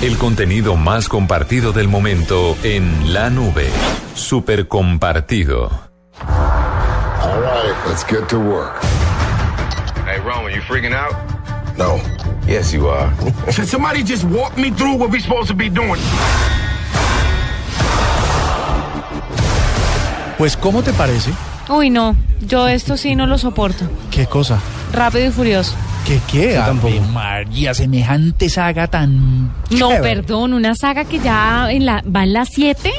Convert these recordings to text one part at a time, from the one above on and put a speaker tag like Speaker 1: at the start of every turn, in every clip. Speaker 1: El contenido más compartido del momento en la nube. Super compartido.
Speaker 2: All right, let's get to work.
Speaker 3: Hey, Roman, you freaking out?
Speaker 2: No.
Speaker 3: Yes, you are.
Speaker 4: Can somebody just walk me through what we supposed to be doing?
Speaker 5: Pues, ¿cómo te parece?
Speaker 6: Uy, no, yo esto sí no lo soporto.
Speaker 5: ¿Qué cosa?
Speaker 6: Rápido y furioso.
Speaker 5: ¿Qué qué? Ah, Ave María, semejante saga tan...
Speaker 6: No,
Speaker 5: chévere.
Speaker 6: perdón, una saga que ya en la, va en la 7.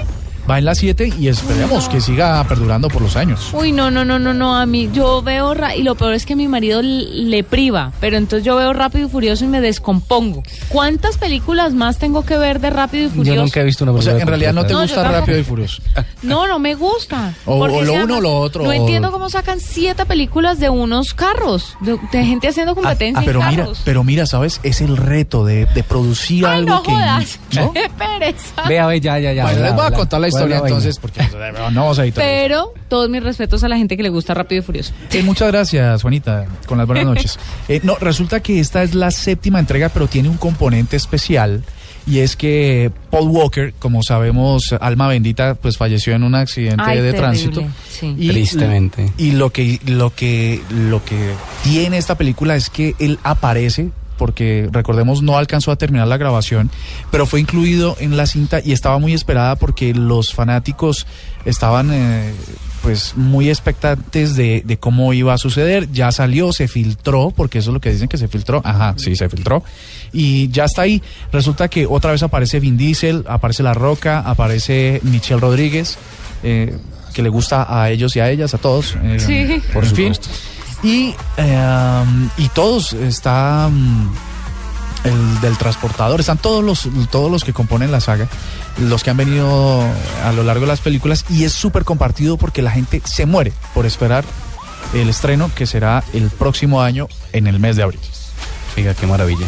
Speaker 5: Va en las 7 y esperemos que siga perdurando por los años.
Speaker 6: Uy, no, no, no, no, no, a mí yo veo, ra- y lo peor es que mi marido l- le priva, pero entonces yo veo Rápido y Furioso y me descompongo. ¿Cuántas películas más tengo que ver de Rápido y Furioso?
Speaker 7: Yo nunca he visto una
Speaker 5: O
Speaker 7: película.
Speaker 5: sea, en realidad no te
Speaker 6: No, yo
Speaker 5: gusta
Speaker 6: tampoco.
Speaker 5: Rápido y Furioso.
Speaker 6: No, no me gusta.
Speaker 5: O-
Speaker 6: Porque
Speaker 5: o lo
Speaker 6: es que
Speaker 5: uno o lo otro,
Speaker 6: No
Speaker 5: o-
Speaker 6: entiendo cómo sacan siete películas de unos carros, de, de gente haciendo competencia en
Speaker 5: Ah, pero mira,
Speaker 6: carros.
Speaker 5: pero mira, ¿sabes? Es el reto de, de producir
Speaker 6: Ay,
Speaker 5: algo
Speaker 6: no
Speaker 5: que...
Speaker 6: jodas.
Speaker 5: ¿no?
Speaker 6: Qué pereza.
Speaker 7: Vea, ve, ya, ya, ya.
Speaker 5: Bueno,
Speaker 7: bla,
Speaker 5: les voy a
Speaker 7: bla.
Speaker 5: contar la
Speaker 7: ¿Cuál es
Speaker 5: historia
Speaker 7: vaina?
Speaker 5: entonces, porque de verdad, no vamos a editar.
Speaker 6: Pero todos mis respetos a la gente que le gusta Rápido y Furioso.
Speaker 5: Eh, muchas gracias, Juanita, con las buenas noches. Eh, no, resulta que esta es la séptima entrega, pero tiene un componente especial. Y es que Paul Walker, como sabemos, alma bendita, pues falleció en un accidente
Speaker 6: Ay,
Speaker 5: de
Speaker 6: terrible,
Speaker 5: tránsito.
Speaker 6: sí.
Speaker 5: Y-
Speaker 7: Tristemente.
Speaker 5: Y lo que, lo que, lo que tiene esta película es que él aparece porque recordemos no alcanzó a terminar la grabación, pero fue incluido en la cinta y estaba muy esperada porque los fanáticos estaban eh, pues muy expectantes de, de cómo iba a suceder. Ya salió, se filtró, porque eso es lo que dicen que se filtró. Ajá, sí, se filtró. Y ya está ahí. Resulta que otra vez aparece Vin Diesel, aparece La Roca, aparece Michelle Rodríguez. eh, que le gusta a ellos y a ellas, a todos. eh,
Speaker 6: Sí.
Speaker 5: Por supuesto. Y, eh, y todos está mm, el del transportador, están todos los, todos los que componen la saga, los que han venido a lo largo de las películas, y es súper compartido porque la gente se muere por esperar el estreno que será el próximo año en el mes de abril.
Speaker 7: Oiga, qué maravilla.